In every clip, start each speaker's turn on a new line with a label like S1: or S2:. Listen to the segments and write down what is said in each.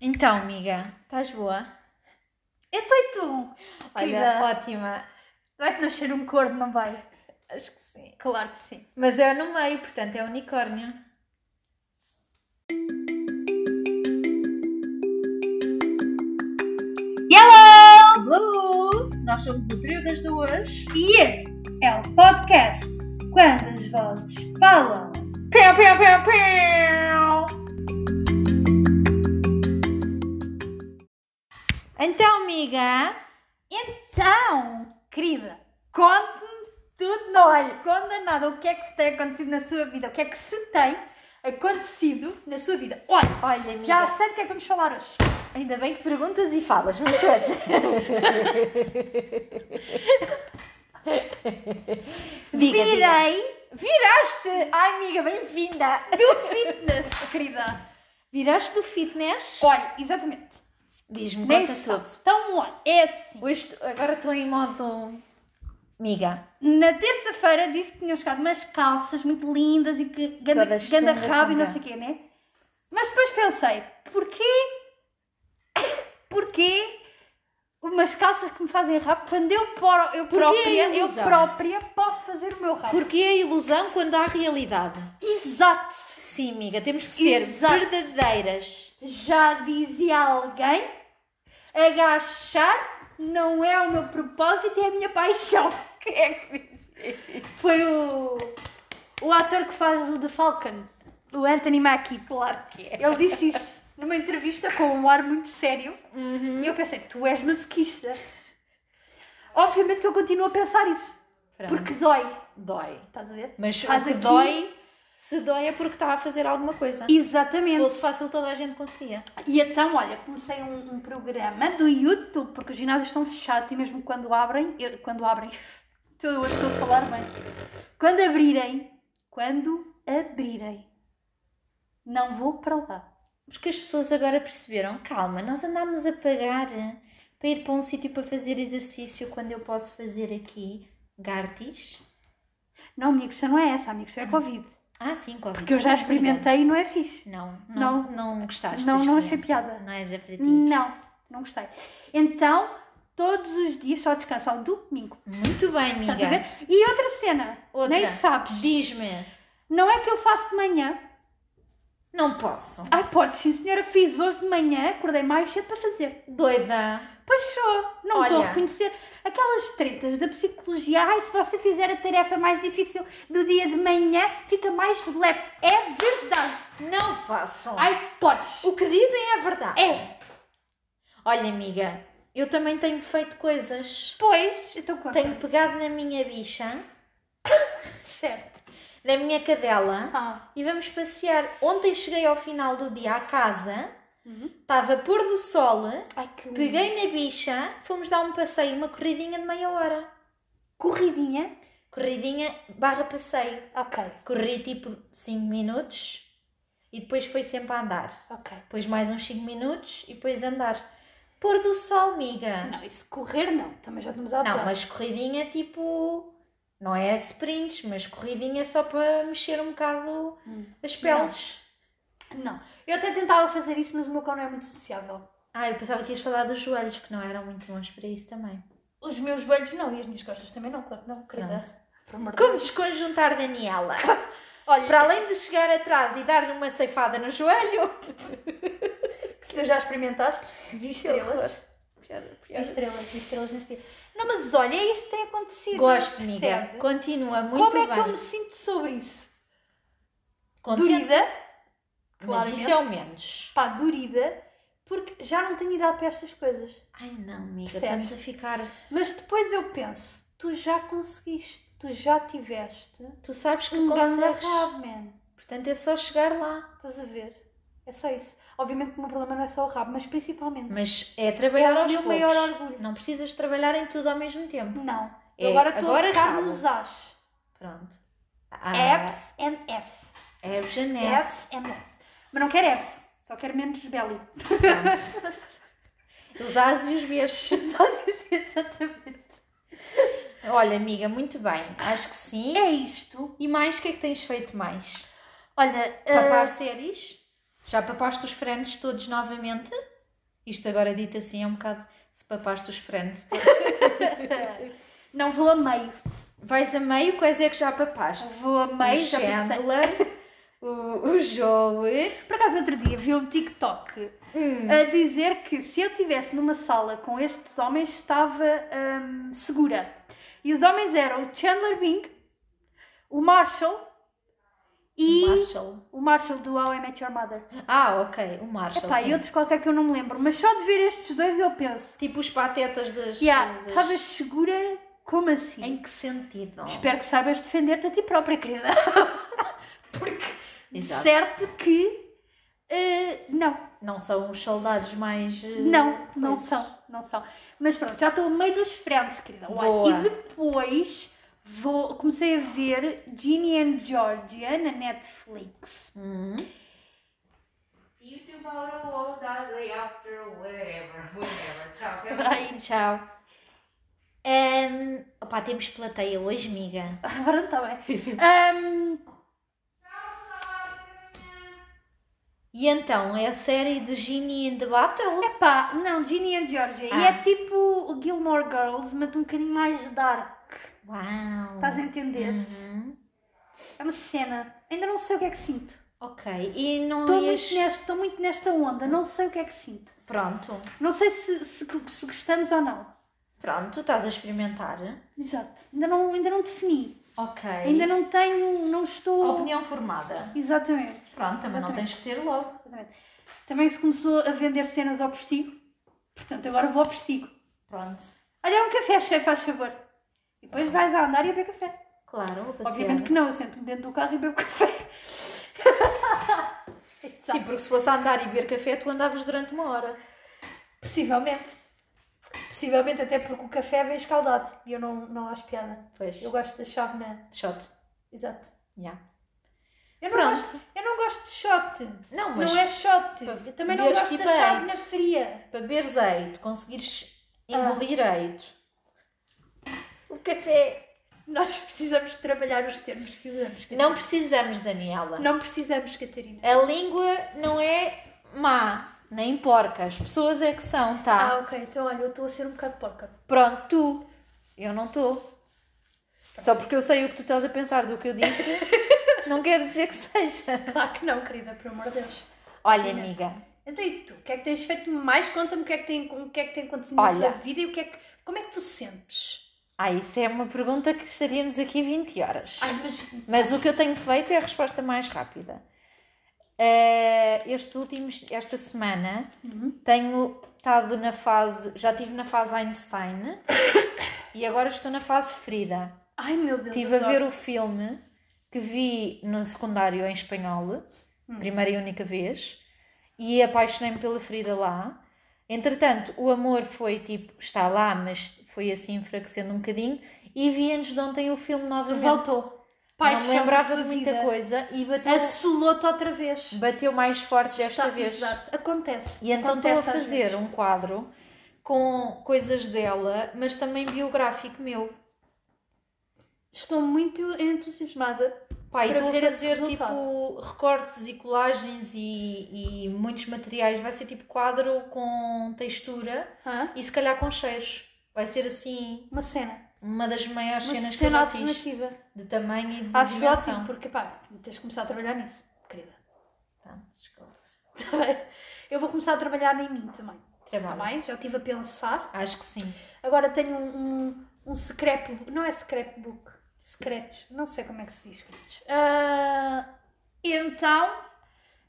S1: Então, amiga, estás boa? Eu estou e tu?
S2: Olha,
S1: Querida,
S2: ótima.
S1: vai-te nascer um corno, não vai?
S2: Acho que sim.
S1: Claro que sim.
S2: Mas é no meio, portanto é unicórnio. Hello!
S1: Nós somos o Trio das Duas e este é o podcast Quando as Vozes Falam. Piu, piu, piu, piu.
S2: Então, amiga,
S1: Então, querida,
S2: conte-me tudo, não
S1: Olha.
S2: esconda nada o que é que tem acontecido na sua vida, o que é que se tem acontecido na sua vida. Olha,
S1: olha, amiga,
S2: já sei do que é que vamos falar hoje.
S1: ainda bem que perguntas e falas, mas força. Diga, diga.
S2: Virei
S1: Viraste! Ai, amiga, bem-vinda!
S2: do fitness, querida.
S1: Viraste do fitness?
S2: Olha, exatamente.
S1: Diz-me,
S2: Nem
S1: conta
S2: sabe.
S1: tudo.
S2: Então, olha, é assim.
S1: Hoje, estou- agora estou em modo... Amiga,
S2: Na terça-feira disse que tinham chegado umas calças muito lindas e que ganda,
S1: Todas
S2: ganda
S1: tunga,
S2: rabo e não
S1: tunga.
S2: sei o quê, né? Mas depois pensei, porquê? Porquê umas calças que me fazem rabo quando eu, pró- eu
S1: Porquê a
S2: própria, eu
S1: ilusão?
S2: própria posso fazer o meu rabo?
S1: porque é ilusão quando há realidade.
S2: Exato!
S1: Sim, amiga, temos que ser
S2: Exato.
S1: verdadeiras.
S2: Já dizia alguém, agachar não é o meu propósito, é a minha paixão. Quem é que diz isso? Foi o, o ator que faz o The Falcon, o Anthony Mackie.
S1: Claro que é.
S2: Ele disse isso numa entrevista com um ar muito sério.
S1: Uhum.
S2: E eu pensei, tu és masoquista. Obviamente que eu continuo a pensar isso.
S1: Porque
S2: Porque dói.
S1: dói.
S2: Estás a ver?
S1: Mas
S2: Faz
S1: o que
S2: aqui.
S1: dói, se dói é porque está a fazer alguma coisa. Se
S2: Exatamente.
S1: fosse fácil, toda a gente conseguia.
S2: E então, olha, comecei um, um programa do YouTube, porque os ginásios estão fechados e mesmo quando abrem, eu- quando abrem, então eu hoje estou a falar bem. Quando abrirem, quando abrirem, não vou para lá.
S1: Porque as pessoas agora perceberam, calma, nós andámos a pagar para ir para um sítio para fazer exercício quando eu posso fazer aqui gártis.
S2: Não, minha questão não é essa, a minha questão é Covid.
S1: Ah, sim, Covid.
S2: Porque eu já experimentei e não é fixe.
S1: Não, não, não, gostaste.
S2: Não,
S1: da
S2: não achei
S1: experiência.
S2: piada. Hum.
S1: Não é era para ti.
S2: Não, não gostei. Então, todos os dias só descanso ao domingo.
S1: Muito bem,
S2: Estás a
S1: amiga.
S2: ver? E outra cena,
S1: Outra.
S2: nem sabes.
S1: Diz-me,
S2: Não é que eu faço de manhã,
S1: não posso.
S2: Ai, podes, sim senhora, fiz hoje de manhã, acordei mais cedo para fazer.
S1: Doida.
S2: Pois só, não estou
S1: Olha.
S2: a reconhecer. Aquelas tretas da psicologia, ai, se você fizer a tarefa mais difícil do dia de manhã, fica mais leve. É verdade.
S1: Não faço.
S2: Ai, podes.
S1: o que dizem é verdade.
S2: É,
S1: Olha, amiga, eu também tenho feito coisas.
S2: pois, então conta.
S1: Tenho pegado na minha bicha,
S2: Certo.
S1: na minha cadela.
S2: Ah,
S1: e vamos passear. Ontem cheguei ao final do dia à casa,
S2: Uhum.
S1: estava pôr do sol,
S2: ai, que lindo.
S1: peguei na bicha, fomos dar um passeio, uma corridinha de meia hora.
S2: Corridinha.
S1: Corridinha barra passeio.
S2: Ok,
S1: Corri tipo 5 minutos e depois foi sempre a andar.
S2: ok.
S1: Depois mais uns 5 minutos e depois andar. Pôr do sol, amiga.
S2: Não, isso correr não, também já estamos a abusar.
S1: Não, mas corridinha tipo. Não é sprints, mas corridinha só para mexer um bocado
S2: Hum.
S1: as peles.
S2: Não, eu até tentava fazer isso, mas o meu cão não é muito sociável.
S1: Ah, eu pensava que ias falar dos joelhos, que não eram muito bons para isso também.
S2: Os meus joelhos não, e as minhas costas também não, claro que não, querida. Por amor de
S1: Como desconjuntar Daniela?
S2: Olha,
S1: Para além de chegar atrás e dar-lhe uma ceifada no joelho.
S2: se tu já experimentaste, vi estrelas.
S1: Piada,
S2: Vi
S1: piada.
S2: estrelas, vi estrelas nesse dia. Não, mas olha, é isto que tem acontecido.
S1: Gosto,
S2: percebe?
S1: amiga. Continua muito
S2: Como é
S1: bem.
S2: que eu me sinto sobre isso?
S1: Contente.
S2: Dorida,
S1: Mas
S2: claramente.
S1: isso é o menos.
S2: um pá, dorida, porque já não tenho idade para estas coisas.
S1: Ai não, amiga,
S2: Percebes?
S1: estamos a ficar.
S2: Mas depois eu penso, tu já conseguiste, tu já tiveste
S1: Tu sabes que
S2: um ganda
S1: consegues.
S2: rabo, man.
S1: Portanto, é só chegar lá.
S2: Estás a ver? É só isso. Obviamente que o meu problema não é só o rabo, mas principalmente.
S1: Mas é trabalhar
S2: É o
S1: aos
S2: meu
S1: poucos.
S2: maior orgulho.
S1: Não precisas trabalhar em tudo ao mesmo tempo.
S2: Não.
S1: É,
S2: agora estou
S1: agora
S2: a ficar
S1: rabo.
S2: nos as.
S1: Pronto. Ah, é
S2: Apps and S.
S1: Apps and apps.
S2: Apps and S. Mas não quero apps, só quero menos belly.
S1: Pronto. Os as e os bs.
S2: Exatamente.
S1: Olha, amiga, muito bem. Acho que sim.
S2: É isto.
S1: E mais, o que é que tens feito mais?
S2: Olha, eh,
S1: Papar séries? Já papaste os frenes todos novamente? Isto agora dito assim é um bocado se papaste os friends.
S2: Não vou a meio.
S1: Vais a meio, quais é que já papaste?
S2: Vou a meio,
S1: o
S2: já passei.
S1: Chandler, o, o Joey.
S2: Por acaso, no outro dia vi um TikTok a dizer que se eu estivesse numa sala com estes homens, estava hum, segura. E os homens eram o Chandler Bing, o Marshall e
S1: O Marshall.
S2: o Marshall do How I Met Your Mother.
S1: Ah, ok, o Marshall.
S2: Epá,
S1: sim.
S2: e outros qualquer que eu não me lembro, mas só de ver estes dois eu penso.
S1: Tipo os patetas das.
S2: Yeah,
S1: das-
S2: estavas segura? Como assim?
S1: Em que sentido?
S2: Espero que saibas defender-te a ti própria, querida. Porque de
S1: Exato.
S2: certo que eh, não,
S1: Não são os soldados mais. eh,
S2: não, não
S1: coisas.
S2: são, não são. Mas pronto, já estou a meio dos friends, querida. Olha,
S1: Boa.
S2: E depois vou, comecei a ver Ginny and Georgia na Netflix.
S1: Hum.
S3: See you tomorrow or the day after, wherever, whenever. Tchau, até mais.
S2: Ai,
S1: Tchau. Ahm, opá, temos plateia hoje, amiga.
S2: agora está bem. Ahm,
S1: E então, é a série de Ginny and the Battle?
S2: epá, não, Ginny and Georgia. E
S1: Ah.
S2: é tipo o Gilmore Girls, mas um bocadinho mais dark.
S1: Uau!
S2: Estás a entender?
S1: Uhum.
S2: É uma cena. Ainda não sei o que é que sinto.
S1: Ok, e não
S2: Estou
S1: ias...
S2: muito, nesta- tô muito nesta onda, não sei o que é que sinto.
S1: Pronto,
S2: Não sei se, se- se gostamos ou não.
S1: pronto, estás a experimentar.
S2: Exato. Ainda não, ainda não defini.
S1: Ok.
S2: Ainda não tenho, não estou.
S1: Opinião formada.
S2: Exatamente.
S1: Pronto, também não tens
S2: Exatamente.
S1: que ter logo.
S2: Exatamente. Também se começou a vender cenas ao postigo. Portanto, agora vou ao postigo.
S1: Pronto. Ah.
S2: Olha, um café cheio, faz favor. E depois vais a andar e a beber café.
S1: Claro, vou
S2: Obviamente
S1: passear.
S2: que não, eu sento-me dentro do carro e bebo café.
S1: Sim, porque se fosse andar e beber café, tu andavas durante uma hora.
S4: Possivelmente. Possivelmente até porque o café vem escaldado e eu não, não acho piada.
S1: Pois,
S4: Eu gosto da chávena.
S1: shot.
S4: Exato.
S1: Yeah.
S4: Eu não,
S1: Pronto.
S4: gosto, eu não gosto de shot.
S1: Não, mas
S4: Não é shot.
S1: para
S4: Eu também não
S1: beberes
S4: gosto
S1: tipo
S4: da chávena fria.
S1: para beberes eito, conseguires engolir eito.
S4: Ah. O café. Nós precisamos trabalhar os termos que usamos. Catarina.
S1: Não precisamos, Daniela.
S4: Não precisamos, Catarina.
S1: A língua não é má, nem porca. As pessoas é que são, tá?
S4: Ah, ok. Então, olha, eu estou a ser um bocado porca.
S1: Pronto, tu. Eu não estou.
S4: Tá
S1: Só porque eu sei o que tu estás a pensar do que eu disse, não quer dizer que seja.
S4: Claro que não, querida, por amor de Deus.
S1: Olha, amiga,
S4: Então, e tu? O que é que tens feito mais? Conta-me o que é que tem, o que é que tem acontecido na
S1: Olha.
S4: tua vida e o que é que, como é que tu sentes?
S1: ah, isso é uma pergunta que estaríamos aqui 20 horas.
S4: Ai, mas
S1: Mas o que eu tenho feito é a resposta mais rápida. Eh, este último, esta semana tenho estado na fase, já estive na fase Einstein e agora estou na fase ferida.
S4: Ai meu Deus,
S1: Estive a
S4: adoro.
S1: ver o filme que vi no secundário em espanhol, primeira e única vez, e apaixonei-me pela Frida lá. Entretanto, o amor foi tipo, está lá, mas foi assim enfraquecendo um bocadinho. E vi antes de ontem o filme novamente.
S4: Voltou.
S1: Não
S4: Paixão
S1: me lembrava
S4: da
S1: de
S4: tua
S1: muita
S4: vida.
S1: coisa e bateu,
S4: Assolou-te outra vez.
S1: bateu mais forte desta
S4: Está-
S1: vez.
S4: Exato. Acontece.
S1: E então estou a
S4: Acontece às
S1: fazer
S4: vezes.
S1: um quadro com coisas dela, mas também biográfico meu.
S4: Estou muito entusiasmada.
S1: Pá, e
S4: para
S1: estou a
S4: ver esse
S1: fazer tipo
S4: resultado.
S1: recortes e colagens e, e muitos materiais. Vai ser tipo quadro com textura
S4: Hã?
S1: e se calhar com cheiros. Vai ser assim
S4: Uma cena.
S1: uma das maiores
S4: Uma cena
S1: cenas que eu já fiz.
S4: alternativa.
S1: De tamanho e de
S4: Acho
S1: dimensão.
S4: ótimo, porque pá, tens de começar a trabalhar nisso, querida.
S1: Tá, desculpa.
S4: Eu vou começar a trabalhar em mim também.
S1: Trabalho.
S4: Também, já estive a pensar.
S1: Acho que sim.
S4: Agora tenho um, um, um scrapbook. Não é scrapbook. Scratch. Não sei como é que se diz scratch. Ah, então,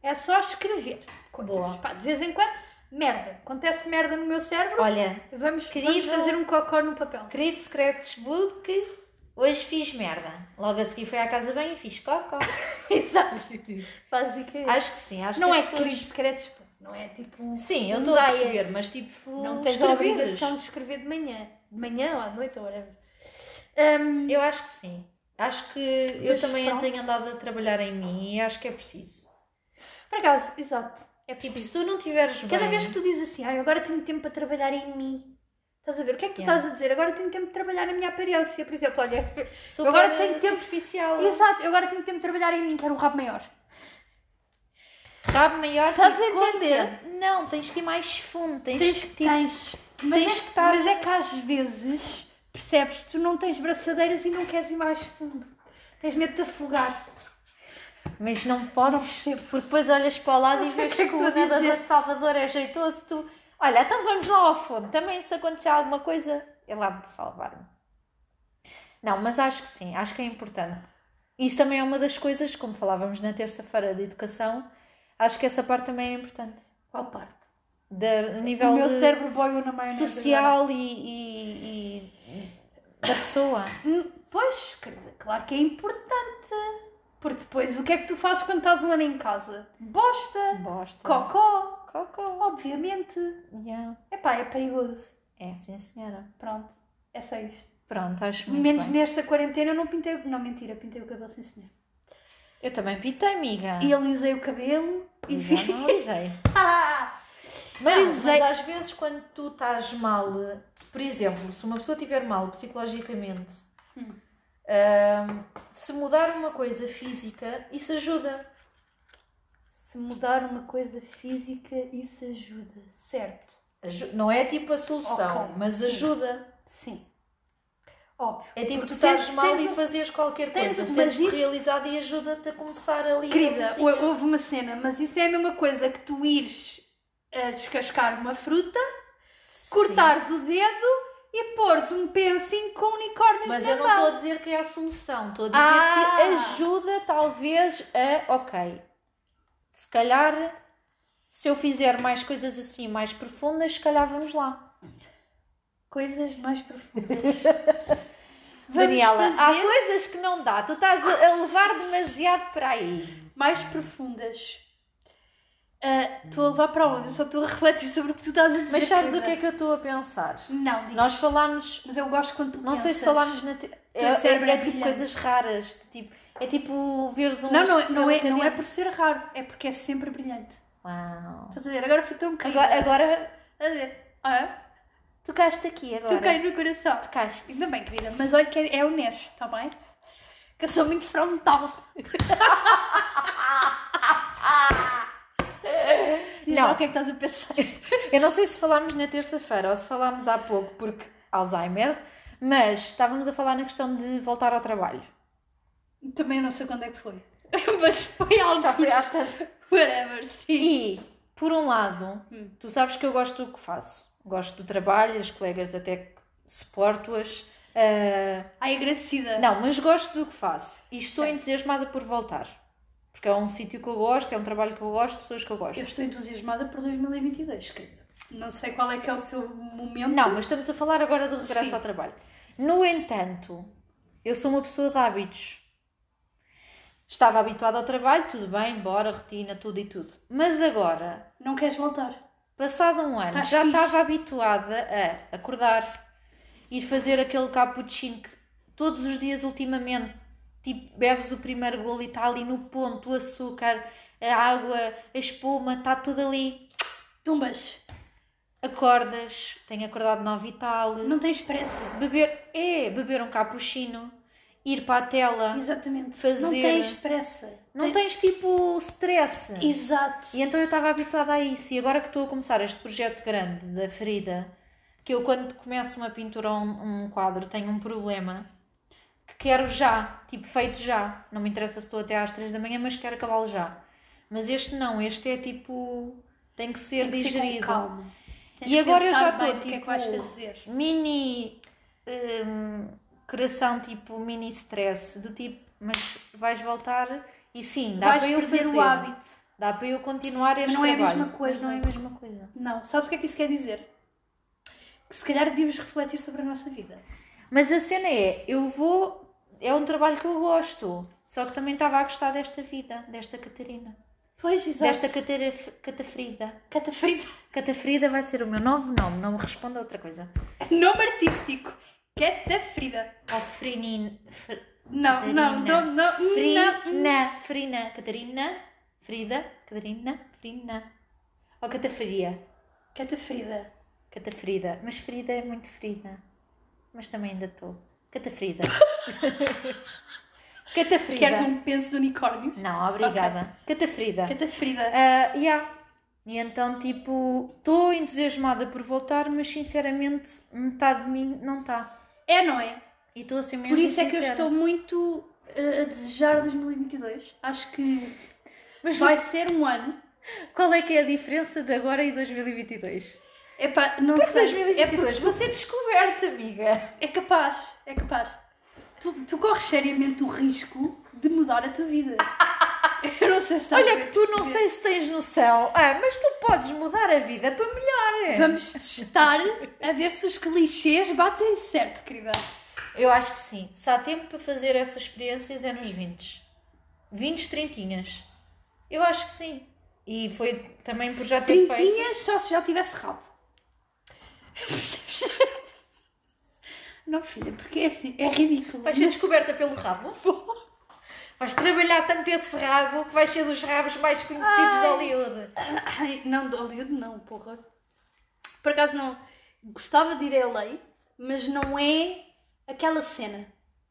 S4: é só escrever coisas.
S1: Boa.
S4: Pá, de vez em quando, merda. Acontece merda no meu cérebro.
S1: Olha,
S4: vamos, vamos
S1: querido-
S4: fazer um cocó no papel.
S1: querido Scratchbook, hoje fiz merda. Logo a seguir fui à casa bem e fiz cocó.
S4: Exato. Basicamente.
S1: Acho que sim. Acho
S4: não
S1: que
S4: é
S1: as pessoas-
S4: querido scratchbook. Não é tipo...
S1: Sim, eu
S4: um
S1: estou a
S4: diet.
S1: perceber, mas tipo.
S4: Não tens a
S1: escreveres.
S4: obrigação de escrever de manhã. De manhã ou à noite ou whatever.
S1: Eu acho que sim. Acho que eu
S4: Mas
S1: também
S4: pronto.
S1: tenho andado a trabalhar em mim e acho que é preciso.
S4: Por acaso, exato. É
S1: Tipo,
S4: preciso.
S1: se tu não tiveres
S4: Cada
S1: bem,
S4: vez que tu dizes assim, ai, agora tenho tempo para trabalhar em mim. Estás a ver? O que é que tu
S1: Yeah.
S4: estás a dizer? Agora tenho tempo de trabalhar na minha aparência. Por exemplo, olha.
S1: super
S4: agora tenho tempo-
S1: superficial.
S4: Exato, eu agora tenho tempo de trabalhar em mim, quero um rabo maior.
S1: rabo maior
S2: Estás a
S1: fico
S2: entender?
S1: contente. Não, tens que ir mais fundo. Tens,
S2: Tens
S1: que
S2: que
S1: tipo,
S2: tens. Mas,
S1: tens
S2: é,
S1: que
S2: que
S4: tá-
S1: estar-
S2: mas é que às vezes, percebes, tu não tens braçadeiras e não queres ir mais fundo. Tens medo de afogar.
S1: Mas não
S2: Não
S1: podes,
S2: percebo.
S1: porque depois olhas para o lado
S2: Não
S1: e
S2: sei
S1: vês
S2: o que é
S1: que,
S2: que
S1: o
S2: estou a dizer.
S1: nadador de Salvador é jeitoso. Tu, olha, então vamos lá ao fundo. Também se acontecer alguma coisa, ele há de salvar-me. Não, mas acho que sim, acho que é importante. Isso também é uma das coisas, como falávamos na terça-feira de educação, acho que essa parte também é importante.
S2: Qual parte?
S1: Da, a nível
S2: O meu
S1: de-
S2: cérebro boiou na maionese. agora.
S1: social e, e- e- da pessoa.
S2: Hum, Pois, querida, claro que é importante. Porque depois, o que é que tu fazes quando estás um ano em casa? Bosta,
S1: Bosta.
S2: cocó,
S1: Cocó.
S2: obviamente.
S1: Yeah.
S2: Epá, é perigoso.
S1: É, sim, senhora.
S2: Pronto, é só isto.
S1: Pronto, acho muito
S2: Menos
S1: bem.
S2: nesta quarentena eu não pintei... o- Não, mentira, pintei o cabelo sem senhor.
S1: Eu também pitei, amiga.
S2: E alisei o cabelo e
S1: Já
S2: fiz...
S1: não alisei.
S2: Ah!
S1: Não,
S2: Alisei.
S1: mas às vezes quando tu estás mal, por exemplo, se uma pessoa estiver mal psicologicamente,
S2: Hum.
S1: ahm, se mudar uma coisa física, isso ajuda.
S2: Se mudar uma coisa física, isso ajuda, certo?
S1: Aju- não é tipo a solução,
S2: Ok,
S1: mas
S2: sim.
S1: ajuda.
S2: Sim. Óbvio.
S1: É tipo,
S2: Porque
S1: tu estás
S2: sentes-
S1: mal
S2: tens
S1: e
S2: um-
S1: fazeres qualquer
S2: tens
S1: coisa,
S2: um- mas
S1: sentes
S2: isso-
S1: realizada e ajuda-te a começar ali. a
S2: Querida,
S1: cozinhar.
S2: hou- houve uma cena, mas isso é a mesma coisa que tu ires a descascar uma fruta, cortares o dedo e pôres um pensinho com unicórnios
S1: Mas
S2: na
S1: eu não
S2: mão.
S1: estou a dizer que é a solução, estou a dizer
S2: Ah!
S1: que ajuda talvez a. Ok, se calhar se eu fizer mais coisas assim mais profundas, se calhar vamos lá.
S2: Coisas mais profundas. Vamos
S1: Daniela, há
S2: fazer
S1: coisas que não dá, tu estás a a levar demasiado para aí.
S2: mais profundas. Ah, Estou a levar para onde? Eu só estou a refletir sobre o que tu estás a dizer.
S1: Mas sabes o que é
S2: querida.
S1: que eu estou a pensar?
S2: Não, diz.
S1: Nós falámos
S2: Mas eu gosto quando tu
S1: Não sei se
S2: pensas.
S1: falámos na. Te... É,
S2: cérebro
S1: é,
S2: é
S1: tipo
S2: brilhante.
S1: coisas raras. Tipo, é tipo veres um.
S2: Não, não, é-
S1: estrela
S2: não, é, não é
S1: cadente.
S2: por ser raro, é porque é sempre brilhante.
S1: Uau.
S2: Estás a ver? Agora fui tão querida.
S1: Agora, agora
S2: Estás a ver? Ah,
S1: tocaste aqui agora.
S2: toquei no coração.
S1: Tocaste.
S2: Ainda bem, querida, mas olha que é honesto, está bem? Que eu sou muito frontal. Diz
S1: Não.
S2: não, o que é que estás a pensar?
S1: Eu não sei se falámos na terça-feira ou se falámos há pouco, porque Alzheimer, mas estávamos a falar na questão de voltar ao trabalho.
S2: Também não sei quando é que foi. Mas foi algo.
S1: Já foi há tanto.
S2: Whatever, sim.
S1: E, por um lado,
S2: Hum.
S1: tu sabes que eu gosto do que faço. Gosto do trabalho, as colegas até que suporto-as. ah,
S2: Ai, agradecida.
S1: Não, mas gosto do que faço e estou entusiasmada por voltar. Porque é um sítio que eu gosto, é um trabalho que eu gosto, pessoas que eu gosto.
S2: Eu estou entusiasmada por 2022, querida. Não sei qual é que é o seu momento.
S1: Não, mas estamos a falar agora do regresso
S2: Sim.
S1: ao trabalho. No entanto, eu sou uma pessoa de hábitos. Estava habituada ao trabalho, tudo bem, bora, rotina, tudo e tudo. Mas agora,
S2: Não queres voltar.
S1: passado um ano,
S2: Estás
S1: já
S2: Tá fixe.
S1: estava habituada a acordar, ir fazer aquele cappuccino que todos os dias ultimamente, tipo, bebes o primeiro golo e está ali no ponto, o açúcar, a água, a espuma, está tudo ali.
S2: Tumbas.
S1: Acordas, tenho acordado nove e tal.
S2: Não tens pressa.
S1: Beber, é, beber um cappuccino, ir para a tela.
S2: Exatamente.
S1: Hum. Fazer. Hum.
S2: Não tens pressa.
S1: Não
S2: Tem-
S1: tens tipo stress.
S2: Exato.
S1: E então eu estava habituada a isso. E agora que estou a começar este projeto grande da ferida, que eu quando começo uma pintura ou um, um quadro tenho um problema que quero já, tipo feito já. Não me interessa se estou até às 3 da manhã, mas quero acabá-lo já. Mas este não, este é tipo. tem que ser
S2: Tem que ser com
S1: digerido.
S2: calma. Tens
S1: E
S2: que
S1: agora eu
S2: pensar
S1: já
S2: bem
S1: tô,
S2: o que é que
S1: tipo,
S2: vais fazer.
S1: mini hum, coração tipo mini stress do tipo mas vais voltar e sim dá
S2: Vais
S1: para eu
S2: perder
S1: fazer
S2: o hábito.
S1: dá para eu continuar este
S2: não é a
S1: trabalho
S2: mesma coisa.
S1: mas não é a mesma coisa
S2: Não, sabes o que é que isso quer dizer? Que se calhar devíamos refletir sobre a nossa vida.
S1: mas a cena é eu vou é um trabalho que eu gosto só que também estava a gostar desta vida desta Catarina
S2: Pois, exato.
S1: desta Catara, Catafrida
S2: catafrida.
S1: Catafrida vai ser o meu novo nome não me responda outra coisa
S2: Nome artístico. Catafrida.
S1: ou Frinin Fr-
S2: Não, não,
S1: Catarina.
S2: não, não, não.
S1: Frina, Frina, né? Catarina, Frida, Catarina, Frina. Ou Catafaria,
S2: Catafrida.
S1: Catafrida. Mas Frida é muito Frida. Mas também ainda estou. Catafrida. Catafrida.
S2: Queres um penso de unicórnios?
S1: Não, obrigada. Catafrida.
S2: Catafrida.
S1: Ah, yeah. E então, tipo, estou entusiasmada por voltar, mas sinceramente, metade de mim não está.
S2: É, não é?
S1: E estou a ser mesmo
S2: Por isso é que eu
S1: sincera.
S2: estou muito uh, a desejar 2022. Acho que
S1: Mas
S2: vai ser um ano.
S1: qual é que é a diferença de agora e 2022?
S2: Epá, não
S1: Porque
S2: sei. É,
S1: 2022
S2: porque
S1: vou ser descoberta, amiga.
S2: tu- é capaz, é capaz. Tu, tu corres seriamente o risco de mudar a tua vida. Eu não sei se estás a
S1: Olha que tu não
S2: perceber.
S1: sei se tens noção, ah, mas tu podes mudar a vida para melhor.
S2: Vamos testar a ver se os clichês batem certo, querida.
S1: Eu acho que sim. Se há tempo para fazer essas experiências é nos 20. 20, trintinhas. Eu acho que sim. E foi também por já ter feito.
S2: Trintinhas só se já tivesse rabo. Percebes? Não, filha, porque é assim, é ridículo.
S1: Vais ser descoberta pelo rabo. Vais trabalhar tanto esse rabo que vais ser dos rabos mais conhecidos de Hollywood.
S2: Ai, não, de Hollywood não, porra. Por acaso não. Gostava de ir a LA, mas não é aquela cena.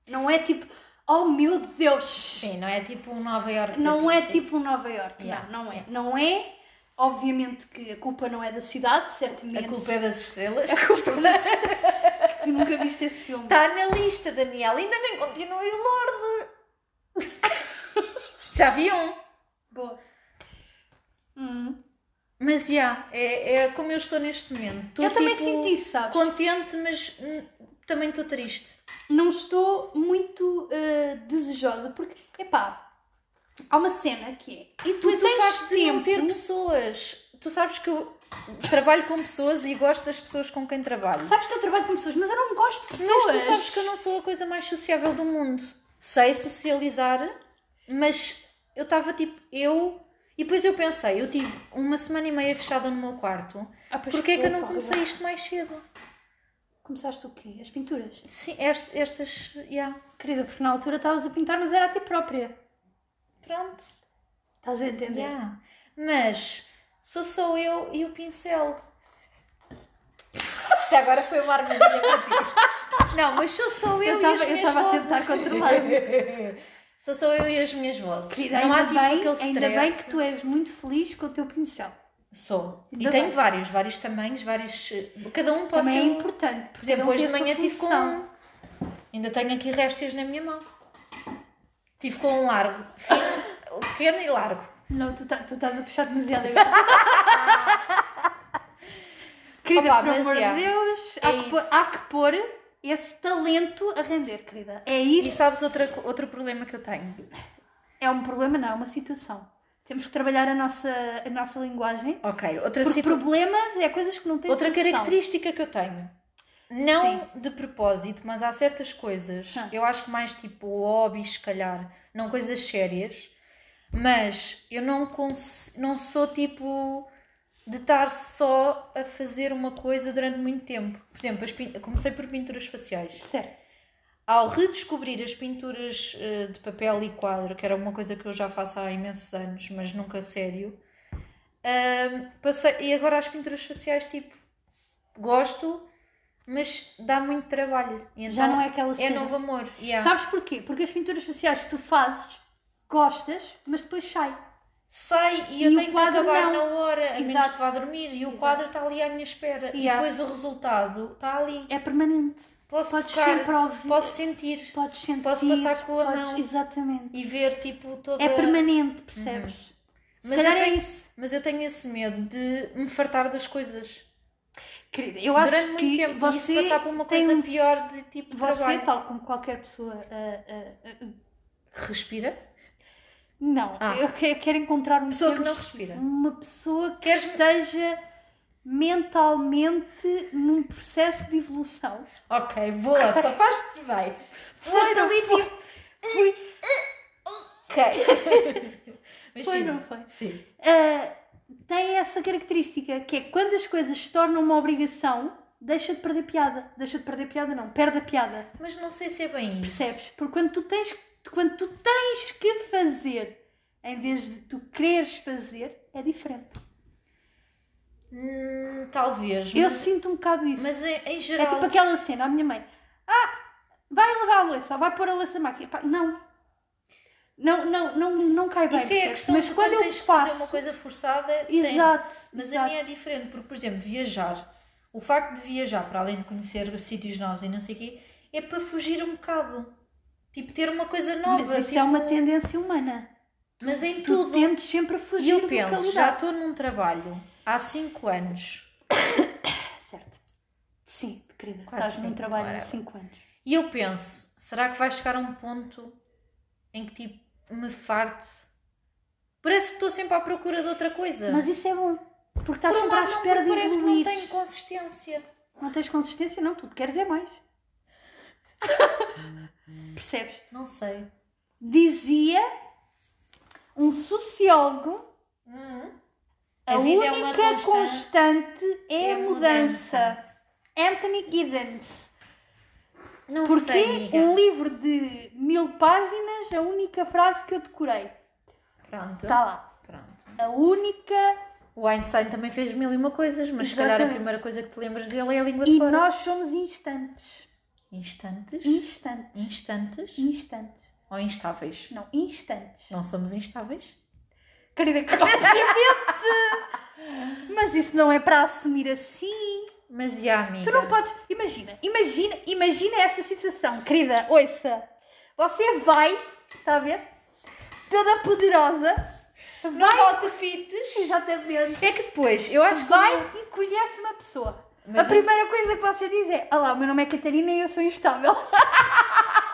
S2: Não é tipo, oh meu Deus!
S1: Sim, não é tipo um Nova York.
S2: Não é tipo Nova York.
S1: Yeah.
S2: Não, não é. Não é. Obviamente que a culpa não é da cidade, certamente.
S1: A culpa é das estrelas.
S2: que tu nunca viste esse filme.
S1: Está na lista, Daniel. Ainda nem continuei o Lorde. Já vi um.
S2: Boa. Hum.
S1: Mas já, é, é como eu estou neste momento. Estou,
S2: Eu também
S1: tipo,
S2: senti, sabes?
S1: Contente, mas hum, também estou triste.
S2: não estou muito uh, desejosa, porque, epá, há uma cena que é. E tu
S1: Mas o
S2: tens
S1: facto de não
S2: tempo.
S1: ter pessoas. Tu sabes que eu trabalho com pessoas e gosto das pessoas com quem trabalho.
S2: Sabes que eu trabalho com pessoas, mas eu não gosto de pessoas.
S1: Mas tu sabes que eu não sou a coisa mais sociável do mundo. Sei socializar, mas eu estava tipo, eu. E depois eu pensei, eu tive uma semana e meia fechada no meu quarto.
S2: Ah, pois
S1: Porquê é que eu
S2: foi,
S1: não
S2: foi,
S1: comecei isto mais cedo?
S2: Começaste o quê? As pinturas?
S1: Sim, est- estas. Já.
S2: Querida, porque na altura estavas a pintar, mas era a ti própria.
S1: Pronto.
S2: Estás a entender?
S1: já. Mas sou só eu e o pincel. Isto agora foi uma armadilha para ti. Não, mas sou só eu,
S2: Eu
S1: e as
S2: estava eu
S1: minhas
S2: estava a
S1: vozes.
S2: tentar controlar-me.
S1: Sou só eu e as minhas vozes.
S2: Querida,
S1: não há
S2: ainda,
S1: tipo
S2: bem,
S1: aquele
S2: ainda
S1: stress.
S2: bem que tu és muito feliz com o teu pincel.
S1: Sou.
S2: Ainda
S1: e tenho
S2: bem.
S1: vários, vários tamanhos, vários. eh, Cada um pode
S2: Também é
S1: ser.
S2: importante.
S1: Por exemplo,
S2: cada um
S1: hoje de
S2: tem a sua
S1: manhã tive com
S2: função.
S1: um. Ainda tenho aqui restas na minha mão. Tive com um largo. Fino, pequeno e largo.
S2: Não, tu, tá- tu estás a puxar demasiado agora. querida,
S1: Opa,
S2: por
S1: mas
S2: amor
S1: é.
S2: de Deus,
S1: É
S2: há, que pôr,
S1: isso.
S2: há que pôr esse talento a render, querida. É
S1: E
S2: isso.
S1: sabes outra, co- outro problema que eu tenho?
S2: É um problema, não, é uma situação. Temos que trabalhar a nossa, a nossa linguagem.
S1: Ok, outra,
S2: Porque
S1: situ...
S2: problemas é coisas que não têm
S1: outra
S2: solução.
S1: característica que eu tenho. Não de propósito, mas há certas coisas.
S2: Ah.
S1: Eu acho que mais tipo hobbies, se calhar, não coisas sérias. Mas eu não, cons... não sou tipo de estar só a fazer uma coisa durante muito tempo. Por exemplo, as pin- eu comecei por pinturas faciais.
S2: Certo.
S1: Ao redescobrir as pinturas eh, de papel e quadro, que era uma coisa que eu já faço há imensos anos, mas nunca sério, ahm, passei, e agora as pinturas faciais, tipo, gosto, mas dá muito trabalho. E
S2: Já
S1: então
S2: não é aquela
S1: É
S2: cena.
S1: novo amor. Yeah.
S2: Sabes porquê? Porque as pinturas faciais que tu fazes, gostas, mas depois sai.
S1: Sai e,
S2: E
S1: eu
S2: o
S1: tenho que
S2: quadro
S1: acabar
S2: não.
S1: na hora, a menos
S2: Exato.
S1: que vá dormir, e o
S2: Exato.
S1: quadro está ali à minha espera.
S2: Yeah.
S1: E depois o resultado está ali.
S2: É permanente.
S1: Posso
S2: Podes
S1: tocar,
S2: sempre ouvir.
S1: posso sentir
S2: Podes sentir.
S1: Posso passar com a
S2: podes-
S1: mão.
S2: Exatamente.
S1: e ver, tipo, toda...
S2: É permanente, percebes? Se
S1: Mas
S2: calhar
S1: eu
S2: é
S1: tenho-
S2: isso.
S1: Mas eu tenho esse medo de me fartar das coisas.
S2: Querida, eu acho
S1: Durante muito
S2: que
S1: tempo.
S2: você
S1: e isso passar por uma
S2: tem
S1: coisa
S2: um-
S1: pior de tipo de
S2: Você,
S1: trabalho.
S2: tal como qualquer pessoa... ah, ah, ah,
S1: Respira?
S2: não,
S1: Ah.
S2: eu que- eu quero encontrar um
S1: Pessoa que
S2: termo-
S1: não respira.
S2: Uma pessoa que
S1: Queres-
S2: esteja mentalmente num processo de evolução.
S1: Ok, boa, só faz-te bem. Foste ali tipo. Ok. Mas
S2: Foi,
S1: sim.
S2: não foi?
S1: Sim.
S2: Ah, tem essa característica, que é quando as coisas se tornam uma obrigação, deixa de perder piada. Deixa de perder piada, não. Perde a piada.
S1: Mas não sei se é bem isso.
S2: Percebes? Porque quando tu tens, quando tu tens que fazer, em vez de tu quereres fazer, é diferente.
S1: Hum, talvez.
S2: Eu
S1: mas,
S2: sinto um bocado isso.
S1: mas em, em geral.
S2: é tipo aquela cena, a minha mãe. Ah, vai lavar a louça, ou vai pôr a louça na máquina. Pá, não. Não, não, não, não cai bem.
S1: Isso é a
S2: percebes?
S1: questão
S2: mas
S1: de
S2: quando
S1: quando
S2: eu
S1: tens que
S2: faço.
S1: fazer uma coisa forçada. tem.
S2: Exato.
S1: Mas
S2: exato.
S1: a minha é diferente, porque, por exemplo, viajar. O facto de viajar, para além de conhecer sítios novos e não sei o quê, é para fugir um bocado. Tipo, ter uma coisa nova.
S2: Mas isso
S1: tipo,
S2: é uma tendência humana.
S1: Mas em
S2: Tu
S1: tudo.
S2: tentes sempre fugir
S1: E eu
S2: do
S1: penso, já
S2: localidade.
S1: estou num trabalho há 5 anos
S2: Certo. Sim, querida.
S1: Quase
S2: estás num
S1: cinco,
S2: trabalho há
S1: whatever.
S2: 5 anos.
S1: e eu penso, será que vai chegar a um ponto em que tipo me farto? Parece que estou sempre à procura de outra coisa.
S2: Mas isso é bom. Porque estás
S1: Por um
S2: sempre à
S1: lado, não,
S2: espera de
S1: porque parece que não
S2: evoluir.
S1: tenho consistência.
S2: Não tens consistência, não. Tu queres é mais. Percebes?
S1: Não sei.
S2: Dizia um sociólogo
S1: Hum. A,
S2: a,
S1: vida
S2: única
S1: é uma constante.
S2: constante é,
S1: é
S2: a
S1: a
S2: mudança. Anthony Giddens.
S1: Não
S2: Porque
S1: sei, amiga.
S2: um livro de mil páginas, a única frase que eu decorei.
S1: Pronto.
S2: Está lá.
S1: Pronto.
S2: A única.
S1: O Einstein também fez mil e uma coisas, mas se calhar a
S2: Exatamente.
S1: primeira coisa que te lembras dele é a língua de
S2: E
S1: fora.
S2: nós Hum? somos instantes.
S1: Instantes?
S2: Instantes.
S1: Instantes?
S2: Instantes.
S1: Ou instáveis?
S2: Não, instantes.
S1: Não somos instáveis?
S2: Querida, que obviamente. Mas isso não é para assumir assim.
S1: Mas já, amiga.
S2: Tu não podes. Imagina, imagina, imagina esta situação, querida. Ouça. Você vai, está a ver? Toda poderosa. Vai.
S1: outfits.
S2: Exatamente.
S1: É que depois, eu acho que.
S2: Vai
S1: o-
S2: e conhece uma pessoa.
S1: Mas
S2: a
S1: eu-
S2: primeira coisa que você diz é: Olá, o meu nome é Catarina e eu sou instável.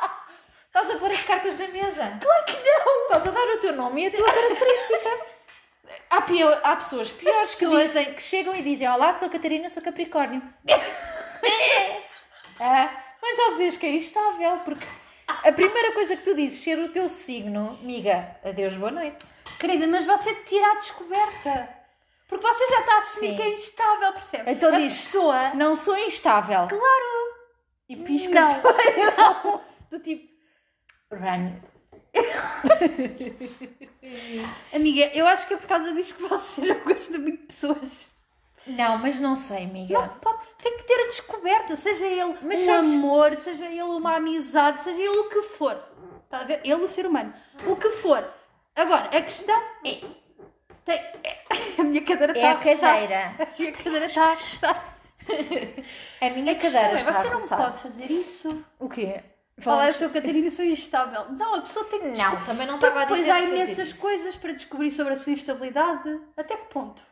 S1: Estás a pôr as cartas da mesa. Claro que não! Estás a dar o teu nome e a tua característica. Há, pior- há pessoas piores que,
S2: pessoas-
S1: dizem, que chegam e dizem: Olá, sou a Catarina, sou Capricórnio. Ah, mas já dizes que é instável, porque a primeira coisa que tu dizes ser o teu signo, amiga, adeus, boa noite.
S2: Querida, mas você tira a descoberta. Porque você já está a assumir
S1: Sim.
S2: que é instável, percebe?
S1: Então
S2: a
S1: diz.
S2: pessoa.
S1: Não sou instável. Claro! E pisca
S2: Não.
S1: do tipo. Run.
S2: Amiga, eu acho que é por causa disso que você não gosta muito de pessoas.
S1: Não, mas não sei, amiga.
S2: Não, pode, tem que ter a descoberta, seja ele
S1: Mas
S2: um
S1: sabes-
S2: amor, seja ele uma amizade, seja ele o que for. Está a ver? Ele, o ser humano. O que for. Agora, a questão é. tem- é- a minha cadeira
S1: É
S2: está
S1: a cadeira.
S2: A minha cadeira está a roçar.
S1: A minha
S2: A questão
S1: cadeira
S2: é,
S1: está
S2: você
S1: a
S2: não
S1: roçar.
S2: pode fazer isso.
S1: O quê?
S2: Falar, eu
S1: Falamos-
S2: sou Catarina, eu sou instável. Não, a pessoa tem que
S1: Não, também não
S2: Porque
S1: estava a dizer
S2: depois há
S1: de fazer
S2: imensas
S1: isso.
S2: coisas para descobrir sobre a sua instabilidade. Até que ponto?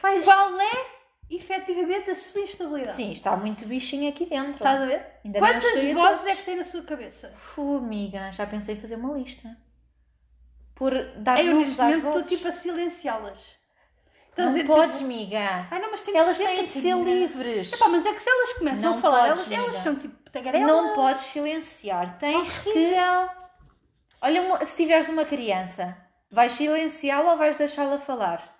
S1: Quais-
S2: Qual é, efetivamente, a sua instabilidade?
S1: Sim, está muito bichinho aqui dentro.
S2: Estás a ver?
S1: Ainda não
S2: Tá. Quantas
S1: escolhi
S2: vozes
S1: todos.
S2: é que tem na sua cabeça?
S1: Fu, amiga, já pensei em fazer uma lista. Por dar
S2: Eu,
S1: nomes
S2: neste
S1: às
S2: momento, estou
S1: vozes.
S2: tipo a silenciá-las. Estás a
S1: Não
S2: dizer,
S1: podes,
S2: tipo,
S1: amiga.
S2: Ai, não, mas tem que
S1: Elas
S2: ser,
S1: têm de ser
S2: Catarina."
S1: livres.
S2: Epá, mas é que se elas começam
S1: Não
S2: a falar,
S1: podes,
S2: elas, elas
S1: amiga.
S2: são tipo tagarelas.
S1: Não podes silenciar. Tens que. Olha, uma- se tiveres uma criança, vais silenciá-la ou vais deixá-la falar?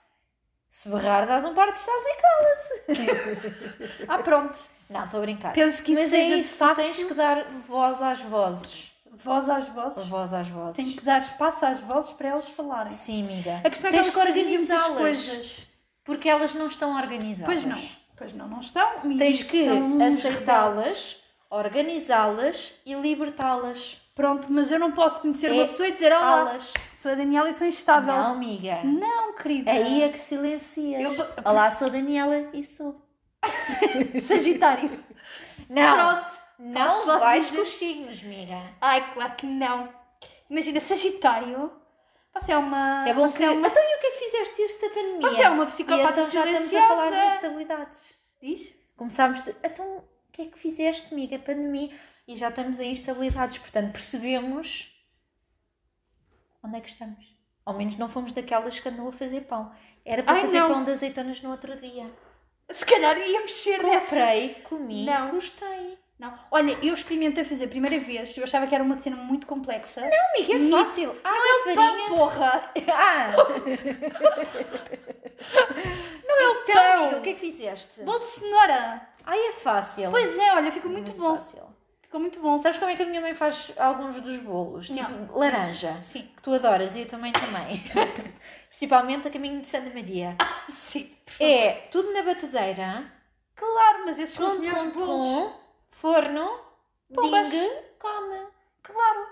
S1: Se berrar, dás um par de estás e cala-se.
S2: Ah, pronto.
S1: não, estou a brincar.
S2: Penso que isso
S1: Mas é
S2: seja de
S1: isso, tu tens que dar voz às vozes.
S2: Voz às vozes.
S1: Voz às vozes.
S2: Tem que dar espaço às vozes para elas falarem.
S1: Sim, amiga.
S2: A questão é que
S1: Tens
S2: elas dizem muitas
S1: organizá-las,
S2: coisas.
S1: Porque elas não estão organizadas.
S2: Pois não. Pois não, não estão. E
S1: Tens que
S2: são uns rebeldes.
S1: aceitá-las, organizá-las e libertá-las.
S2: Pronto, mas eu não posso conhecer
S1: É
S2: uma pessoa e dizer Olá,
S1: Alas.
S2: sou a Daniela e sou instável.
S1: Não, amiga.
S2: Não, querida.
S1: Aí é que silencias.
S2: Eu vou-
S1: Olá, sou a Daniela e sou.
S2: Sagitário.
S1: Não,
S2: Pronto.
S1: não
S2: Posso logo
S1: vais
S2: dizer?
S1: com os signos, amiga.
S2: Ai, claro que não. Imagina, Sagitário. Você é uma.
S1: É bom
S2: você
S1: que...
S2: É uma...
S1: Então e o que é que fizeste esta pandemia?
S2: Você é uma
S1: E
S2: psicopata
S1: então já estamos a
S2: silenciosa.
S1: falar de instabilidades.
S2: Diz?
S1: Começámos de... Então, o que é que fizeste, amiga? Pandemia. E já estamos em instabilidades. Portanto, percebemos... Onde é que estamos? Ao menos não fomos daquelas que andou a fazer pão. Era para
S2: Ai,
S1: fazer
S2: não.
S1: pão de azeitonas no outro dia.
S2: Se calhar ia mexer nessas.
S1: Comprei, comi,
S2: Não.
S1: gostei.
S2: Não. Olha, eu experimentei fazer a primeira vez. Eu achava que era uma cena muito complexa. Não,
S1: Amiga, é
S2: Não.
S1: fácil. Ah, não é
S2: Pão, porra!
S1: Ah! Não é o então,
S2: pão.
S1: amiga, o que é que fizeste?
S2: Bolo de cenoura!
S1: Ai, é fácil.
S2: Pois é, olha, ficou muito, bom.
S1: Fácil.
S2: Ficou muito bom.
S1: Sabes como é que a minha mãe faz alguns dos bolos? Tipo,
S2: Não.
S1: laranja.
S2: Sim.
S1: Que tu adoras e a tua mãe também. Principalmente a caminho de Santa Maria.
S2: Sim.
S1: É tudo na batedeira.
S2: Claro, mas esses são os
S1: Tum, tum,
S2: melhores bolos.
S1: tum. Forno.
S2: Pombas.
S1: Dingue. Come.
S2: Claro.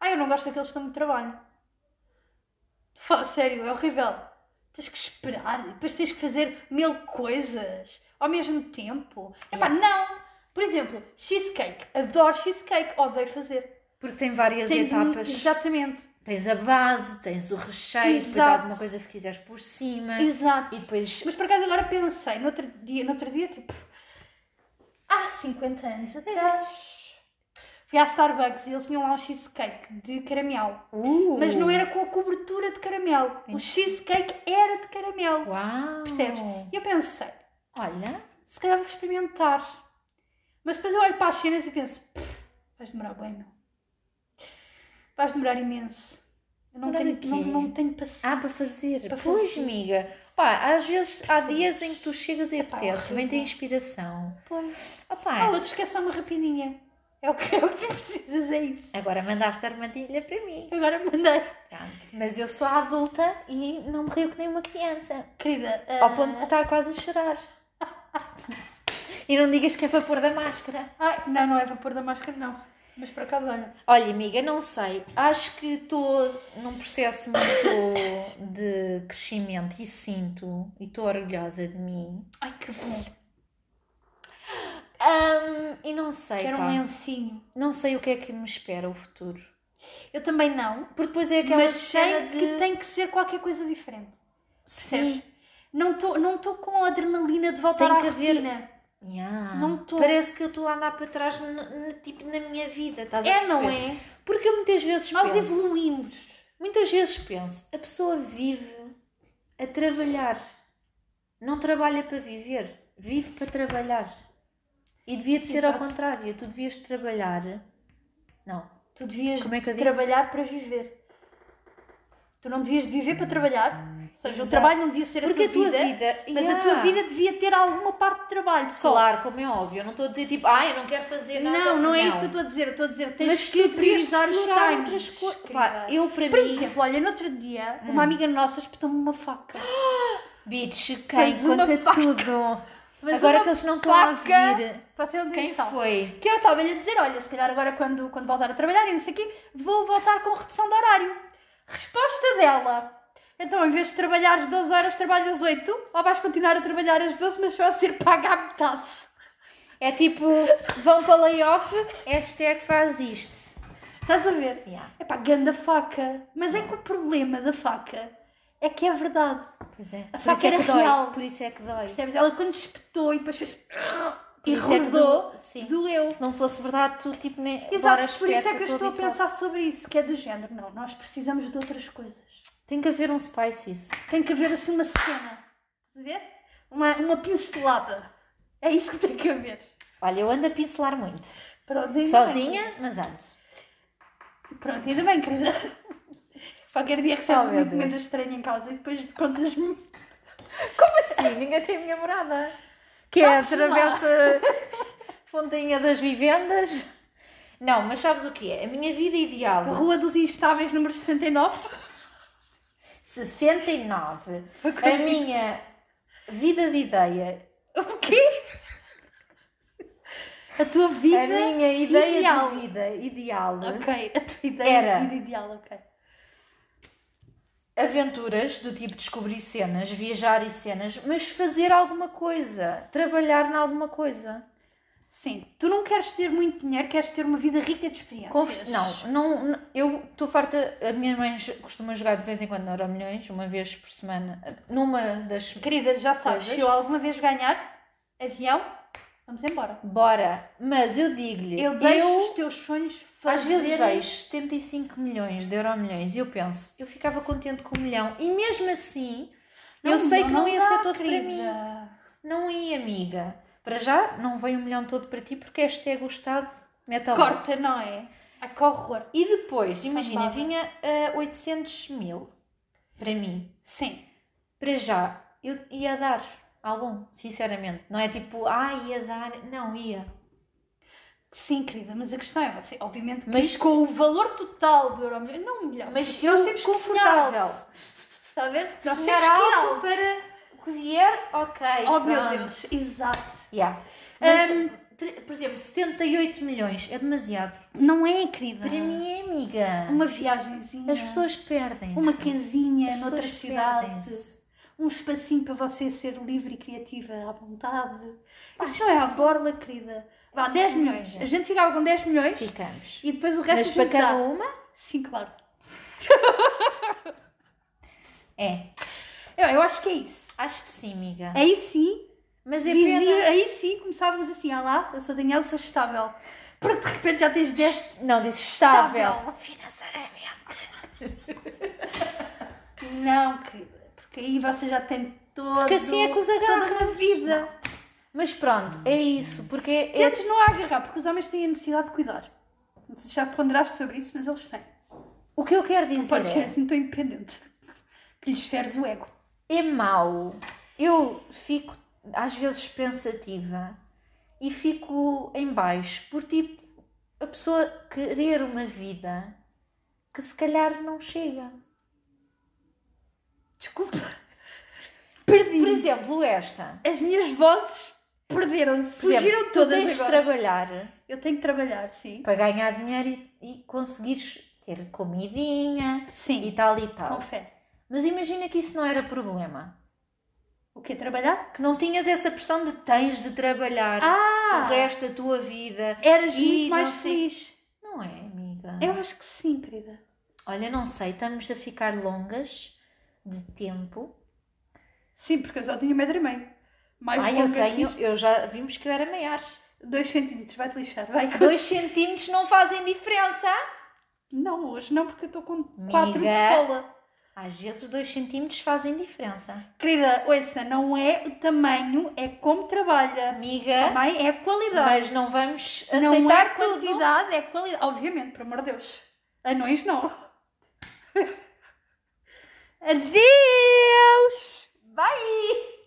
S2: Ah, eu não gosto daqueles que dão muito trabalho. Fala sério, é horrível. Tens que esperar, depois tens que fazer mil coisas ao mesmo tempo. Epá, não! Por exemplo, cheesecake. Adoro cheesecake, odeio fazer.
S1: Porque tem várias
S2: Tem de-
S1: etapas.
S2: Exatamente.
S1: Tens a base, tens o recheio, depois há
S2: Exato.
S1: alguma coisa se quiseres por cima.
S2: Exato.
S1: Né? E depois.
S2: Mas por acaso agora pensei, no outro dia, no outro dia tipo, há 50 anos atrás, fui à Starbucks e eles tinham lá um cheesecake de caramelo.
S1: Uh,
S2: Mas não é- era com a cobertura de caramelo. O cheesecake era de caramelo.
S1: Uau!
S2: Percebes? E eu pensei,
S1: Olha,
S2: se calhar vou experimentar. Mas depois eu olho para as cenas e penso, "Pff, vais demorar bem, meu. Vais demorar imenso. Eu não,
S1: Demorar
S2: tenho,
S1: o quê?
S2: não, não tenho paciência.
S1: há para fazer.
S2: Para
S1: pois,
S2: fazer.
S1: amiga. Pá, às vezes há
S2: Sim.
S1: dias em que tu chegas e
S2: Epá, é
S1: apetece, também tem
S2: horrível.
S1: inspiração.
S2: Pois. Há
S1: Opá,
S2: outros que é só uma rapidinha. É o que, é o que tu precisas, é isso.
S1: agora mandaste a armadilha para mim.
S2: Agora mandei.
S1: Pronto. Mas eu sou adulta e não me rio que nem uma criança.
S2: Querida, ah,
S1: Ao ponto de estar quase a chorar. E não digas que é para pôr da máscara.
S2: ai, não, não é vapor da máscara, não. Mas por acaso, olha.
S1: Olha, amiga, não sei. Acho que estou num processo muito de crescimento e sinto e estou orgulhosa de mim.
S2: Ai, que bom.
S1: Ahm, e não sei,
S2: Quero
S1: pá.
S2: um lencinho.
S1: não sei o que é que me espera o futuro.
S2: Eu também não.
S1: Porque depois é aquela
S2: mas sei
S1: cena
S2: que
S1: de
S2: tem que ser qualquer coisa diferente.
S1: Sim.
S2: Percebes? Não estou não tô com a adrenalina de voltar
S1: Tem
S2: à
S1: que haver-
S2: rotina.
S1: Yeah.
S2: Não tô.
S1: Parece que eu estou a andar para trás no- no- tipo, na minha vida, estás a
S2: É,
S1: perceber?
S2: não é?
S1: Porque eu muitas vezes
S2: Nós
S1: penso,
S2: evoluímos.
S1: muitas vezes penso, a pessoa vive a trabalhar, não trabalha para viver, vive para trabalhar. E devia de ser
S2: Exato.
S1: ao contrário, tu devias trabalhar. Não,
S2: Tu devias
S1: Como é que eu
S2: de
S1: disse?
S2: trabalhar para viver. Tu não devias de viver para trabalhar. Ou seja,
S1: Exato.
S2: o trabalho não devia ser
S1: porque
S2: a tua vida, mas a tua
S1: Yeah.
S2: vida devia ter alguma parte de trabalho só.
S1: Claro, como é óbvio, eu não estou a dizer tipo, ah, eu não quero fazer nada.
S2: Não, não é isso que eu estou a dizer. Eu estou a dizer tens
S1: Mas
S2: que
S1: tu devias
S2: priorizar os
S1: explorar
S2: times.
S1: outras coisas.
S2: querida.
S1: Pá, eu para
S2: Por
S1: mim,
S2: exemplo, olha, no outro dia, uma amiga nossa espetou-me uma faca.
S1: bitch, quem
S2: Mas uma
S1: conta
S2: faca.
S1: tudo.
S2: Mas
S1: Agora
S2: uma
S1: que eles não estão a
S2: faca- Então.
S1: ouvir,
S2: Para ter uma
S1: quem
S2: direção.
S1: foi?
S2: Que eu estava-lhe a dizer, olha, se calhar agora quando, quando voltar a trabalhar e não sei o quê, vou voltar com redução de horário. Resposta dela. Então, em vez de trabalhar as 12 horas, trabalhas 8, ou vais continuar a trabalhar as 12, mas só a ser paga à metade.
S1: É tipo, vão para layoff, hashtag faz isto.
S2: Estás a ver?
S1: Yeah.
S2: É pá, ganda faca. Mas é que o problema da faca é que é verdade.
S1: Pois é.
S2: A
S1: Por isso
S2: faca
S1: é que
S2: era
S1: dói.
S2: real.
S1: Por isso é que dói.
S2: Percebes? Ela quando espetou e depois fez...
S1: Por
S2: E
S1: isso é que
S2: rodou,
S1: do- sim.
S2: doeu.
S1: Se não fosse verdade, tu tipo nem. bora,
S2: Exato, por isso
S1: espeta,
S2: é que eu estou a
S1: habituada.
S2: pensar sobre isso, que é do género. Não, nós precisamos de outras coisas.
S1: Tem que haver um spices.
S2: Tem que haver assim uma cena. Estás a ver? Uma, uma pincelada. É isso que tem que haver.
S1: Olha, eu ando a pincelar muito.
S2: Pronto, ainda
S1: Sozinha, mas ando.
S2: Bem. Pronto, ainda bem, querida. Qualquer dia recebes
S1: Oh,
S2: uma
S1: meu
S2: encomenda estranha em casa e depois contas-me.
S1: Como assim? Ninguém tem a minha morada. Que é a travessa Fontinha das Vivendas. Não, mas sabes o que é? A minha vida
S2: A
S1: ideal.
S2: Rua dos Instáveis, número 79.
S1: 69.
S2: Foi quando
S1: A
S2: eu
S1: É minha vida de ideia.
S2: O quê? A tua vida.
S1: A É minha ideia
S2: ideal.
S1: de vida ideal.
S2: Ok, a tua ideia
S1: Era.
S2: de vida ideal, ok.
S1: aventuras do tipo descobrir cenas, viajar e cenas, mas fazer alguma coisa, trabalhar em alguma coisa.
S2: Sim, tu não queres ter muito dinheiro, queres ter uma vida rica de experiências.
S1: Conf- Não, não, não- eu estou farta. A minha mãe jo- costuma jogar de vez em quando na milhões, uma vez por semana, numa das.
S2: Querida, já sabes,
S1: Coisas.
S2: se eu alguma vez ganhar avião, vamos embora.
S1: Bora, mas eu digo-lhe,
S2: Eu deixo os teus sonhos fazer...
S1: às vezes vejo 75 milhões de euro milhões e eu penso, eu ficava contente com um milhão e mesmo assim eu sei que não, ia
S2: dá,
S1: ser todo
S2: querida.
S1: para mim. Não ia, amiga. Para já, não veio um milhão todo para ti porque este é gostado. Mete ao
S2: Corta,
S1: bolso.
S2: não é? A que horror.
S1: E depois, imagina,
S2: Acabava.
S1: vinha a 800 mil para mim.
S2: Sim.
S1: Para já, eu ia dar algum, sinceramente. Não é tipo, ah, ia dar. Não, ia.
S2: Sim, querida, mas a questão é você, obviamente, que
S1: Mas-
S2: com o valor total do euro milhão, não um milhão,
S1: Mas
S2: porque nós
S1: eu
S2: temos que
S1: confortável.
S2: sonhar alto. Está a ver? Tá Nós
S1: Sonhar
S2: temos que ir
S1: alto
S2: alto.
S1: para o que vier, ok.
S2: Oh, meu
S1: pronto.
S2: Deus, exato.
S1: Yeah. Mas,
S2: Ahm,
S1: tre- por exemplo, 78 milhões é demasiado.
S2: Não é, querida?
S1: Para mim é amiga.
S2: Uma viagenzinha.
S1: As pessoas perdem-se.
S2: Uma casinha
S1: As pessoas
S2: noutra cidade.
S1: perdem-se.
S2: Um espacinho para você ser livre e criativa à vontade.
S1: Pá,
S2: Isto é a borla, querida. Vá, 10
S1: Sim.
S2: milhões. A gente ficava com 10 milhões
S1: Ficamos.
S2: e depois o resto
S1: Mas
S2: a gente
S1: para cada
S2: dá.
S1: uma?
S2: um. Sim, claro.
S1: É.
S2: Eu, eu acho que é isso.
S1: Acho que sim, amiga.
S2: Aí sim,
S1: Mas é
S2: dizia,
S1: pena.
S2: aí sim começávamos assim, ah lá, eu sou Daniel, sou estável. Porque de repente já tens 10.
S1: Não, diz estável.
S2: Estável.
S1: Financeiramente.
S2: Não, querida, porque aí você já tem todo,
S1: Porque assim é que os
S2: toda uma
S1: agarras.
S2: vida.
S1: Mas pronto, é isso. Porque é-
S2: Tentes não a agarrar, porque os homens têm a necessidade de cuidar. Não sei se já ponderaste sobre isso, mas eles têm.
S1: o que eu quero
S2: Não podes ser
S1: dizer
S2: assim tão independente. Que lhes feres o ego.
S1: é, é mau. Eu fico às vezes pensativa e fico em baixo por tipo a pessoa querer uma vida que se calhar não chega.
S2: Desculpa. Perdi.
S1: Por exemplo, esta.
S2: As minhas vozes perderam-se.
S1: Por
S2: Fugiram
S1: exemplo, tu
S2: todas
S1: tens de
S2: agora.
S1: trabalhar
S2: Eu tenho que trabalhar, sim.
S1: para ganhar dinheiro e, e conseguires ter comidinha e
S2: Sim.
S1: tal e tal.
S2: Com fé.
S1: Mas imagina que isso não era problema.
S2: O quê? Trabalhar?
S1: Que não tinhas essa pressão de tens de trabalhar
S2: Ah!
S1: o resto da tua vida.
S2: Eras
S1: E
S2: muito mais
S1: não sei-
S2: feliz.
S1: Não é, amiga?
S2: Eu acho que sim, querida.
S1: Olha, não sei, estamos a ficar longas de tempo.
S2: Sim, porque eu só tinha um metro e meio. Mais
S1: Ai, eu
S2: longa que
S1: tenho,
S2: isto.
S1: eu já vimos que eu era maior.
S2: Dois centímetros, vai-te lixar. Vai.
S1: 2 centímetros não fazem diferença.
S2: Não, hoje não, porque eu estou com quatro de
S1: Amiga.
S2: sola.
S1: Às vezes 2 centímetros fazem diferença.
S2: Querida, ouça, não é o tamanho, é como trabalha.
S1: Amiga,
S2: Também é a qualidade.
S1: mas não vamos
S2: não
S1: aceitar
S2: é
S1: tudo.
S2: quantidade, é qualidade. Obviamente, por amor de Deus. Anões não. Adeus! Bye!